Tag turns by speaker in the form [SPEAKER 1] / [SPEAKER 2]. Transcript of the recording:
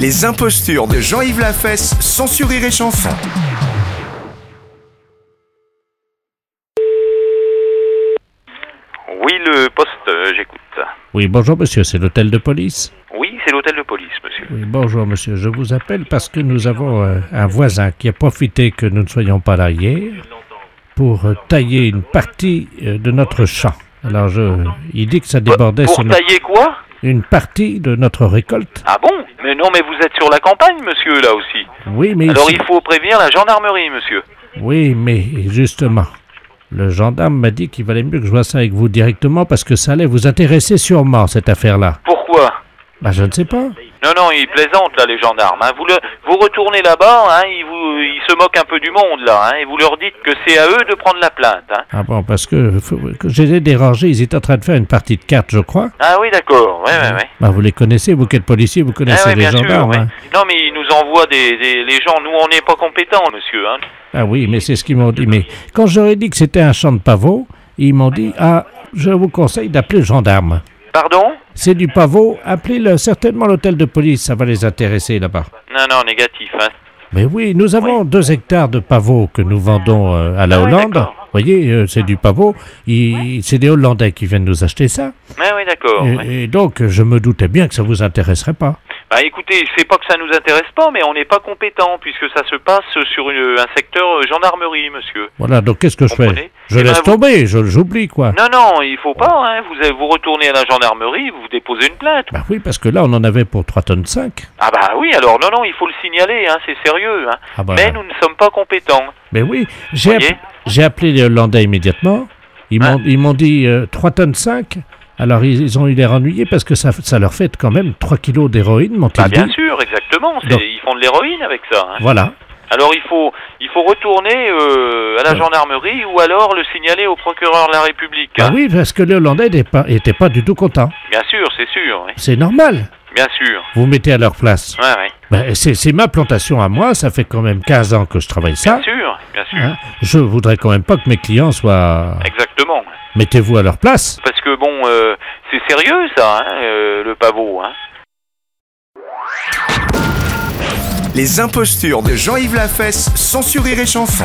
[SPEAKER 1] Les impostures de Jean-Yves Lafesse, sans sourire et chanson.
[SPEAKER 2] Oui, le poste, euh, j'écoute.
[SPEAKER 3] Oui, bonjour monsieur, c'est l'hôtel de police.
[SPEAKER 2] Oui, c'est l'hôtel de police, monsieur.
[SPEAKER 3] Oui, bonjour monsieur, je vous appelle parce que nous avons euh, un voisin qui a profité que nous ne soyons pas là hier pour euh, tailler une partie euh, de notre champ. Alors je, il dit que ça débordait
[SPEAKER 2] Pour
[SPEAKER 3] sur no-
[SPEAKER 2] tailler quoi
[SPEAKER 3] une partie de notre récolte.
[SPEAKER 2] Ah bon Mais non, mais vous êtes sur la campagne, monsieur, là aussi.
[SPEAKER 3] Oui, mais
[SPEAKER 2] Alors il faut prévenir la gendarmerie, monsieur.
[SPEAKER 3] oui, mais justement, le gendarme m'a dit qu'il valait mieux que je vois ça avec vous directement parce que ça allait vous intéresser sûrement cette affaire-là.
[SPEAKER 2] Pourquoi
[SPEAKER 3] Bah je ne sais pas.
[SPEAKER 2] Non, non, ils plaisantent, là, les gendarmes. hein. Vous, le, vous retournez là-bas, hein, ils, vous, ils se moquent un peu du monde, là, hein, et vous leur dites que c'est à eux de prendre la plainte. Hein.
[SPEAKER 3] Ah bon, parce que, faut- que j'ai les dérangé, ils étaient en train de faire une partie de cartes, je crois.
[SPEAKER 2] Ah oui, d'accord, ouais, ouais, ouais.
[SPEAKER 3] Bah, vous les connaissez, vous qui êtes policier, vous
[SPEAKER 2] Ah
[SPEAKER 3] connaissez
[SPEAKER 2] oui,
[SPEAKER 3] les
[SPEAKER 2] bien sûr.
[SPEAKER 3] gendarmes.
[SPEAKER 2] ouais.
[SPEAKER 3] hein.
[SPEAKER 2] Non, mais ils nous envoient des, des les gens. Nous, on n'est pas compétents, monsieur. Hein.
[SPEAKER 3] Ah oui, mais c'est ce qu'ils m'ont dit. Mais quand j'aurais dit que c'était un champ de pavots, ils m'ont dit Ah, je vous conseille d'appeler le gendarme.
[SPEAKER 2] Pardon
[SPEAKER 3] C'est du pavot, appelez-le certainement l'hôtel de police, ça va les intéresser là-bas.
[SPEAKER 2] Non, non, négatif. Hein.
[SPEAKER 3] Mais oui, nous avons deux hectares de pavots que nous vendons euh, à la
[SPEAKER 2] Ah oui,
[SPEAKER 3] Hollande.
[SPEAKER 2] d'accord.
[SPEAKER 3] Vous voyez, euh, c'est du pavot. Il- C'est des Hollandais qui viennent nous acheter ça.
[SPEAKER 2] Ouais, Ah oui, d'accord. ouais.
[SPEAKER 3] Et, et donc, euh, je me doutais bien que ça vous intéresserait pas.
[SPEAKER 2] Bah écoutez, c'est pas que ça nous intéresse pas, mais on n'est pas compétent puisque ça se passe sur une- un secteur euh, gendarmerie, monsieur.
[SPEAKER 3] Voilà, donc qu'est-ce que je fais
[SPEAKER 2] Comprenez
[SPEAKER 3] Je
[SPEAKER 2] Eh ben,
[SPEAKER 3] laisse
[SPEAKER 2] vous-
[SPEAKER 3] tomber, je j'oublie quoi.
[SPEAKER 2] Non, non, il faut pas. Hein. Vous avez- vous retournez à la gendarmerie, vous déposez une plainte.
[SPEAKER 3] Bah oui, parce que là, on en avait pour 3 tonnes 5.
[SPEAKER 2] Ah bah oui, alors non, non, il faut le signaler, hein, c'est sérieux. Hein.
[SPEAKER 3] Ah bah,
[SPEAKER 2] Mais nous ne sommes pas compétents.
[SPEAKER 3] mais oui, j'ai, app-
[SPEAKER 2] Voyez
[SPEAKER 3] j'ai appelé les Hollandais immédiatement. Ils m'ont,
[SPEAKER 2] Hein
[SPEAKER 3] ils m'ont dit 3 tonnes 5. Alors, ils, ils ont eu l'air ennuyés parce que ça, ça leur fait quand même 3 kilos d'héroïne, m'ont-ils
[SPEAKER 2] Bah bien
[SPEAKER 3] dit.
[SPEAKER 2] sûr, exactement. c'est-
[SPEAKER 3] Donc-
[SPEAKER 2] Ils font de l'héroïne avec ça. hein.
[SPEAKER 3] Voilà.
[SPEAKER 2] Alors il faut, il faut retourner euh, à la
[SPEAKER 3] Ouais.
[SPEAKER 2] gendarmerie ou alors le signaler au procureur de la République.
[SPEAKER 3] Ah
[SPEAKER 2] hein.
[SPEAKER 3] oui, parce que les Hollandais n'étaient pas, étaient pas du tout contents.
[SPEAKER 2] Bien sûr, c'est sûr. oui.
[SPEAKER 3] C'est normal.
[SPEAKER 2] Bien sûr.
[SPEAKER 3] Vous mettez à leur place.
[SPEAKER 2] Ouais, ouais.
[SPEAKER 3] Ben, c'est, c'est ma plantation à moi, ça fait quand même 15 ans que je travaille ça.
[SPEAKER 2] Bien sûr, bien sûr.
[SPEAKER 3] Hein, Je voudrais quand même pas que mes clients soient.
[SPEAKER 2] Exactement.
[SPEAKER 3] Mettez-vous à leur place.
[SPEAKER 2] Parce que bon, euh, c'est sérieux ça, hein, euh, le pavot. Hein.
[SPEAKER 1] Les impostures de Jean-Yves Lafesse, sans sourire et chanson.